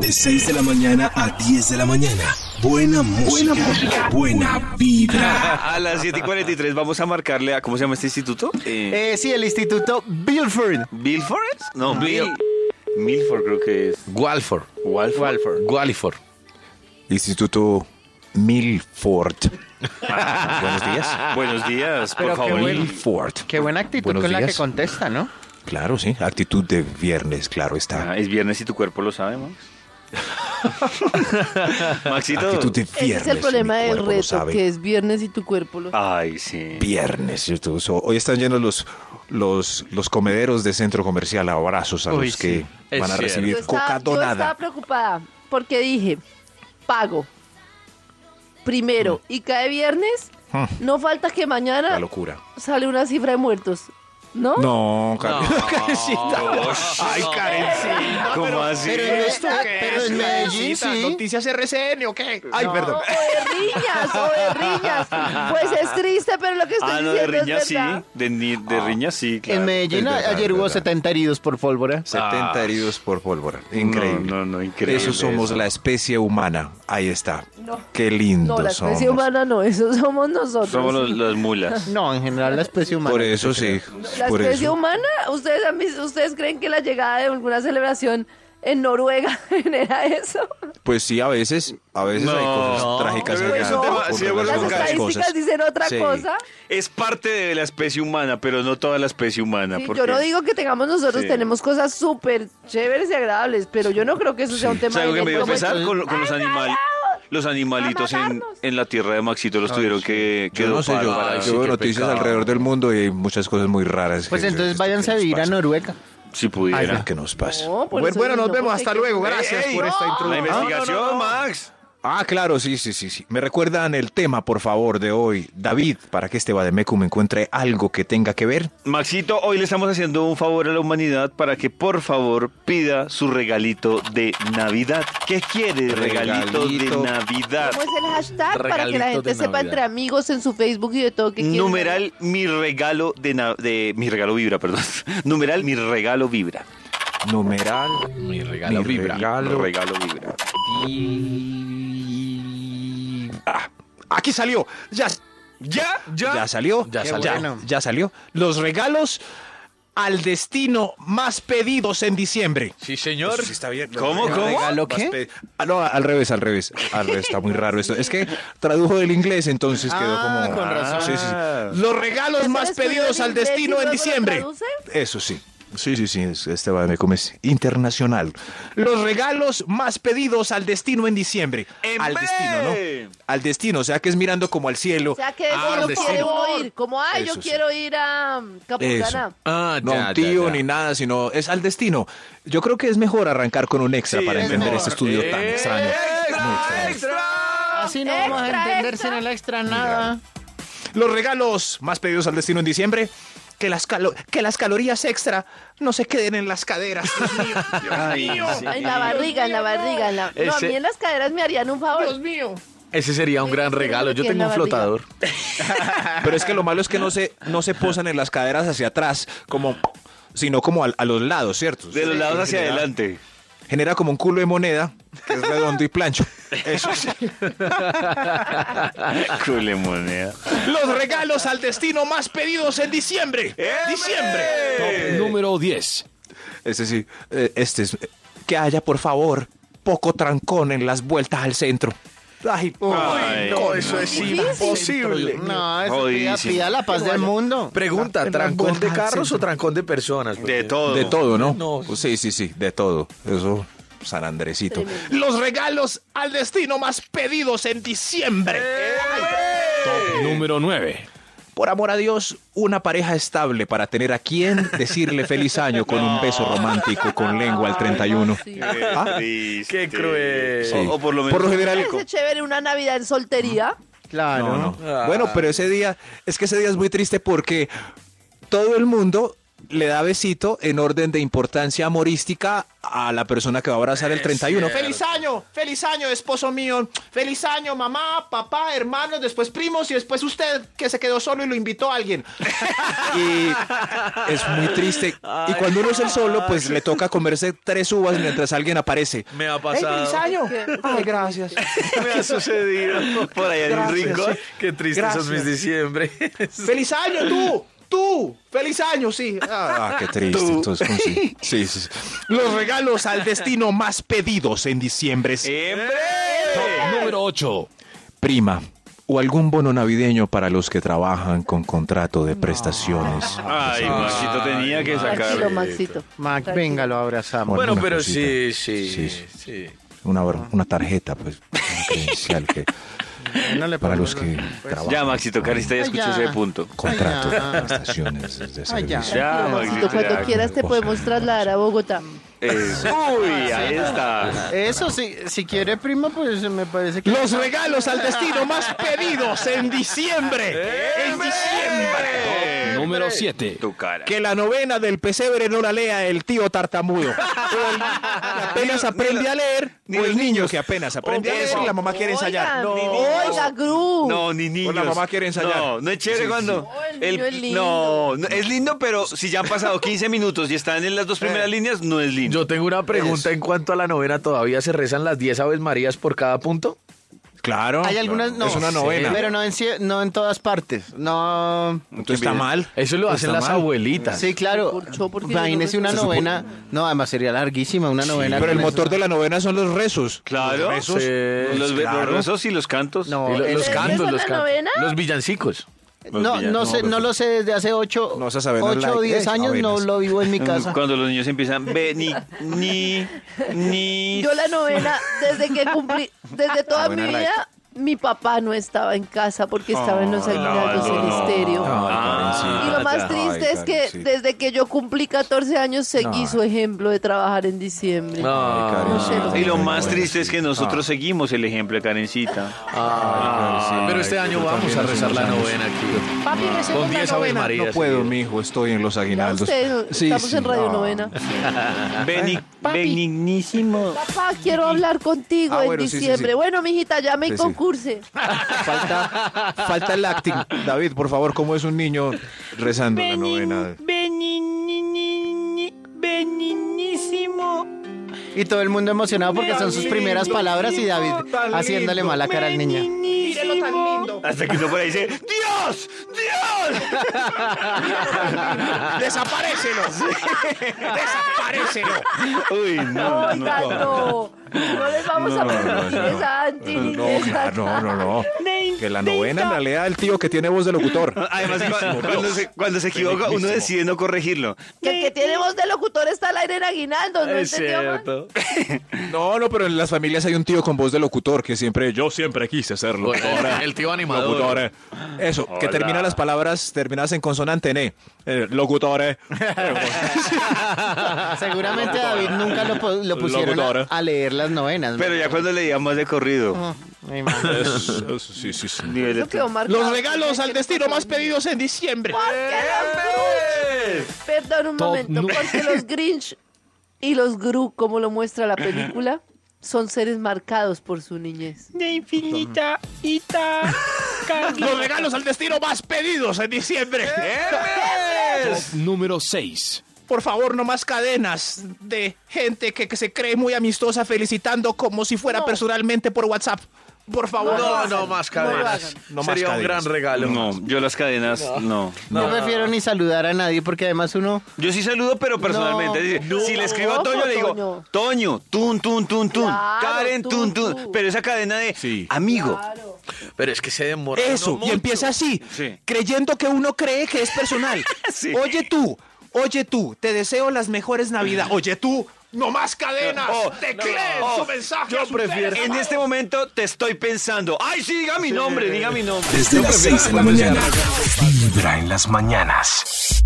De 6 de la mañana a 10 de la mañana. Buena música. Buena, música, Ah, buena vibra. A las 7 y 43 vamos a marcarle a. ¿Cómo se llama este instituto? Eh, Eh, sí, el Instituto Bilford. ¿Bilford? No, Bill. Milford creo que es. Walford. Walford. Walford. Instituto Milford. Buenos días. Ah. Buenos días, por Pero qué favor. bueno. Milford. Qué buena actitud Buenos con la que días. contesta, ¿no? Claro, sí. Actitud de viernes, claro Ah, está. es viernes y tu cuerpo lo sabe, Max. Maxito. Actitud de Ese viernes. es el problema mi del cuerpo lo reto, sabe. Ah, que es viernes y tu cuerpo lo Ay, sí. Viernes. ¿cierto? So, Hoy están llenos los, los, los comederos de centro comercial. Abrazos a Uy, los que sí. van a Es recibir Yo coca estaba, yo estaba donada. preocupada porque dije, pago primero Mm. y cae viernes, Hmm. no falta que La mañana locura. sale una cifra de muertos, ¿no? No, Karen. Ay, Karen, sí. ¿Cómo así? este Ah, Pero en Medellín sí. ¿Noticias RCN o qué? Ay, No, perdón. O de riñas, o de riñas. Pues es triste, pero lo que estoy Ah, no, de diciendo riña es sí. verdad. De, ni- de riña sí, claro. En Medellín es verdad, es ayer hubo verdad. 70 heridos por pólvora. 70 heridos por pólvora. Increíble. No, no, no, increíble Eso somos eso. la especie humana. Ahí está. No. Qué lindo No, la somos. especie humana no, eso somos nosotros. Somos los- las mulas. No, en general la especie humana. Por eso sí. pues, La por especie eso. humana, ¿ustedes, han visto- ¿ustedes creen que la llegada de alguna celebración en Noruega genera eso? Pues sí, a veces, a veces hay cosas trágicas. Pero allá eso te va- por sí, bueno, relación Las con las estadísticas cosas. dicen otra Sí. cosa. Es parte de la especie humana, pero no toda la especie humana. Sí, porque- yo no digo que tengamos nosotros, Sí. tenemos cosas súper chéveres y agradables, pero yo no creo que eso sea un tema ¿Sabes lo que de me dio a como- pesar con, con los animales? Los animalitos en, en la tierra de Maxito los tuvieron que, que Yo no sé, dopar yo, para- yo veo noticias alrededor del mundo y hay muchas cosas muy raras. Pues que- entonces esto que váyanse a nos vivir a pasa. Noruega. Si pudiera. ¿Qué nos pasa? No, por Bueno, eso bueno, digo, nos no, vemos. porque Hasta hay que- luego. Gracias Ey, por esta La introducción. investigación, Max. Ah, claro, sí, sí, sí, sí. Me recuerdan el tema, por favor, de hoy. David, para que este Bademecum encuentre algo que tenga que ver. Maxito, hoy le estamos haciendo un favor a la humanidad para que por favor pida su regalito de Navidad. ¿Qué quiere regalito, Regalito. de Navidad? ¿Cómo es el hashtag para que Regalito la de gente sepa Navidad. entre amigos en su Facebook y de todo que quieren? Numeral mi regalo de, na- de mi regalo vibra, perdón. Numeral mi regalo vibra. Numeral. Mi regalo Mi vibra. regalo. Regalo vibra. Ah, aquí salió. Ya, Ya, ya. ya salió. Ya Qué salió. Ya, ya salió. Los regalos al destino más pedidos en diciembre. Sí, señor. Eso sí está bien. ¿Cómo, Los cómo? ¿Regalo más qué? pe- Ah, no, al revés, al revés. Al revés, está muy raro esto. Es que tradujo del inglés, entonces quedó Ah, como. con razón. Sí, sí, sí. Los regalos ¿Eso más lo escribió pedidos en al inglés y destino en luego lo diciembre. traduce? Eso sí. Sí, sí, sí, es- este va me comes internacional. Los regalos más pedidos al destino en diciembre. ¡En al vez! destino, ¿no? Al destino, o sea que es mirando como al cielo. O sea que eso Ah, no destino. quiere uno ir. Como, ay, yo Eso sí. quiero ir a um, Capulcana. Ah, no ya, un ya, tío ya. ni nada, sino es al destino. Yo creo que es mejor arrancar con un extra Sí, para es entender mejor. este estudio tan extraño. Muy extraño. Así no vamos a Extra, entender extra. sin el extra nada. Los regalos más pedidos al destino en diciembre. Que las, calo- que las calorías extra no se queden en las caderas. Dios mío, Dios mío. En la barriga, en la barriga. En la... No, a Ese- mí en las caderas me harían un favor. Dios mío. Ese sería un gran regalo. Yo Aquí en tengo la un barriga. flotador. Pero es que lo malo es que no se, no se posan en las caderas hacia atrás, como, sino como al- a, los lados, ¿cierto? De los lados hacia adelante. Genera como un culo de moneda que es redondo y plancho. Eso sí. Cule moneda. Los regalos al destino más pedidos en diciembre. Diciembre. Número 10. Ese sí, eh, este es. Que haya, por favor, poco trancón en las vueltas al centro. Ay, Ay, no, eso es Posible. No, eso pida, Jodidísimo. pida la paz del mundo. Pregunta, ¿trancón de carros o trancón de personas? De Porque- todo. de todo, ¿no? No. Sí, sí, sí, de todo. Eso, San Andresito. Tremendo. Los regalos al destino más pedidos en diciembre. Número 9. Por amor a Dios, una pareja estable para tener a quien decirle feliz año con un beso romántico con lengua al 31. Sí. ¿Ah? Qué cruel. Sí. O, o por lo menos. Por lo general, Parece chévere una Navidad en soltería. Claro. No, no. Bueno, pero ese día, es que ese día es muy triste porque todo el mundo le da besito en orden de importancia amorística a la persona que va a abrazar el 31. ¡Feliz año! ¡Feliz año, esposo mío! ¡Feliz año, mamá, papá, hermanos, después primos y después usted que se quedó solo y lo invitó a alguien! Y es muy triste. Y cuando uno es el solo, pues le toca comerse tres uvas mientras alguien aparece. Me ha pasado. año! ¡Ay, gracias! Me ha sucedido. Por allá en un Gracias, rincón. Qué tristes son mis diciembre. ¡Feliz año, tú! ¡Tú! ¡Feliz año, sí! Ah, qué triste. Entonces, con sí. Sí, sí, sí. Los regalos al destino más pedidos en diciembre. es Eh. Top número 8. Prima. O algún bono navideño para los que trabajan con contrato de prestaciones. Ay, Maxito tenía que Tranquilo, sacar. Maxito. Mac, Tranquilo. venga, lo abrazamos. Bueno, Una pero cosita. sí, sí, Sí, sí. sí. Una, una tarjeta, pues, una credencial que, No le para los podemos- que pues, trabajan. Ya, Maxito Carista ya Ay, escuchó ya. ese punto. Contrato Ay, ya. de prestaciones de Ay, ya. servicio. Ya, Tranquilo, Maxito, Maxito. cuando ya. quieras te podemos trasladar a Bogotá. Eso. Eh, Uy, ahí está. Eso, si, si quiere, prima, pues me parece que... Los regalos al destino más pedidos en Eh, diciembre. En diciembre. Número 7. Tu cara. Que la novena del pesebre no la lea el tío tartamudo. O el que apenas aprende a leer. ni o los el niño que apenas aprende a leer. Eso. y la mamá quiere ensayar. Oigan, No. Oiga, Gru. No, ni niños. la mamá quiere ensayar. No, no es chévere cuando. Oh, el niño es lindo. No, no, es lindo, pero si ya han pasado 15 minutos y están en las dos primeras líneas, no es lindo. Yo tengo una pregunta en cuanto a la novena. ¿Todavía se rezan las 10 Aves Marías por cada punto? Ah, Claro. Hay algunas... No, Es una novena. Pero no en, cie- no en todas partes. No... Entonces está mal. Eso lo hacen Pues Está las mal. abuelitas. Sí, claro. corchó porque Imagínese no una me- novena. No, además sería larguísima una novena. Pero el con motor eso. de la novena son los rezos. Claro. Los rezos. Sí, los, ve- claro. los rezos y los cantos. No, Y lo- el- los ¿Ustedes cantos, rezan los la cantos. novena? Los villancicos. No, no, sé, no lo sé desde hace 8 No vas a saber, no o like, 10 eh, años, no novenas. lo vivo en mi casa. Mm, Cuando los niños empiezan, ve, ni, ni, ni. Yo la novena, desde que cumplí, desde toda mi buena vida, like. mi papá no estaba en casa porque estaba en los aguinaldos no, en no. estéreo. Ah, y lo más ya. triste Ay, es que Karencita. desde que yo cumplí 14 años seguí su ejemplo de trabajar en diciembre. Ah, No sé, Y lo que- más triste es que nosotros seguimos el ejemplo de Karencita. Ah, pero este año vamos a rezar la novena aquí. Papi, Con 10 Aves Marías. No puedo, mijo, estoy en los Ya aguinaldos. ustedes, estamos en Radio no. Novena. Beni- Benignísimo. Papá, quiero hablar contigo Ah, en bueno, sí, sí, diciembre. sí. Bueno, mijita, llame Sí, y sí. concurse. Falta, falta el acting. David, por favor, ¿cómo es un niño rezando la novena? Y todo el mundo emocionado porque son sus primeras palabras y David haciéndole mala cara al niño. Hasta que uno por ahí dice, ¡Dios! ¡Dios! ¡Desaparecelo! ¡Desaparecelo! Uy, no. Oiga, no. No les vamos a permitir esa anti ni No, esa- claro, no, no, no. Que la novena la lea el tío que tiene voz de locutor. Además, cu- cuando se, cuando se equivoca, uno decide no corregirlo. Que el que tiene voz de locutor está al aire en aguinaldo, ¿no entendió, man? No, no, pero en las familias hay un tío con voz de locutor que siempre, yo siempre quise ser locutor. eh. El tío Locutor, animador. eh. Eso, que termina las palabras terminadas en consonante, ne. Eh, locutor, eh. Ah, Seguramente a David nunca lo, po- lo pusieron a, Locutora. a leer las novenas. Pero ya cuando leía más de corrido. Me imagino. Eso, eso, sí, sí, sí. nivel de- Eso quedó marcado. Los regalos al destino más pedidos en diciembre. Porque los Grinch- Perdón un Top momento, nu- porque los Grinch y los Gru, como lo muestra la película, son seres marcados por su niñez. Los regalos al destino más pedidos en diciembre. Top número 6. Por favor, no más cadenas de gente que, que se cree muy amistosa felicitando como si fuera personalmente por WhatsApp. Por favor. No, no más No lo cadenas. hagan. No más Sería un cadenas. gran regalo. No, yo las cadenas, no. No prefiero ni saludar a nadie porque además uno... Yo sí saludo, pero personalmente. No, Es decir, si le escribo a no, Toño, le digo, Toño. Toño, tun, tun, tun, tun. Claro, Karen, tun, tun, tun, tun. Pero esa cadena de Sí. amigo. Claro. Pero es que se demora. Eso, uno y empieza mucho. así, Sí. creyendo que uno cree que es personal. Sí. Oye tú, oye tú, te deseo las mejores Navidad. Oye tú, no más cadenas. Oh, Tecleen su mensaje. a su teléfono. En este momento te estoy pensando. ¡Ay, sí, diga mi nombre! Diga mi nombre. Desde las 6 de la mañana. Vibra en las mañanas.